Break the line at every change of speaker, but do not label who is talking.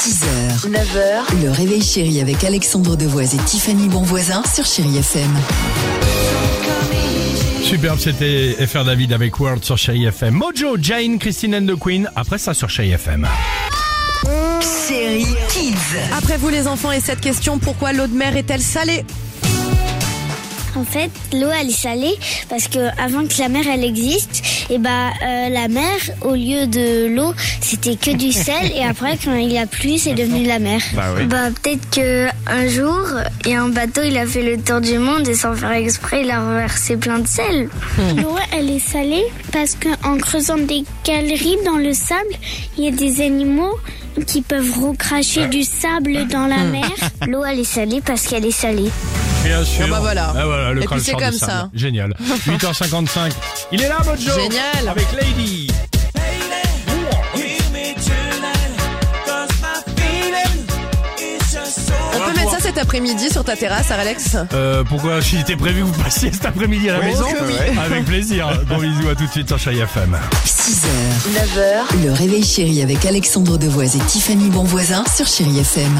6h, 9h, le réveil chéri avec Alexandre Devoise et Tiffany Bonvoisin sur Chéri FM.
Superbe, c'était FR David avec World sur Chéri FM. Mojo, Jane, Christine and the Queen. Après ça sur Chéri FM.
Chéri Kids.
Après vous les enfants et cette question, pourquoi l'eau de mer est-elle salée
En fait, l'eau elle est salée parce que avant que la mer elle existe, et bah euh, la mer au lieu de l'eau, c'était que du sel et après quand il y a plu, c'est devenu la mer.
Bah oui.
Bah peut-être que un jour, il y a un bateau, il a fait le tour du monde et sans faire exprès, il a renversé plein de sel. L'eau elle est salée parce qu'en creusant des galeries dans le sable, il y a des animaux qui peuvent recracher du sable dans la mer. L'eau elle est salée parce qu'elle est salée.
Bien sûr.
Ah bah voilà.
Ah voilà,
Et
le
puis
crunch
c'est
sort du
comme
sable.
ça.
Génial. 8h55. Il est là, Mojo.
Génial.
Avec Lady.
On peut mettre ça cet après-midi sur ta terrasse, Alex
Euh, pourquoi il était prévu que vous passiez cet après-midi à la maison Avec plaisir. Bon bisous à tout de suite sur Chéri FM.
6h, 9h, le réveil chéri avec Alexandre Devoise et Tiffany Bonvoisin sur Chéri FM.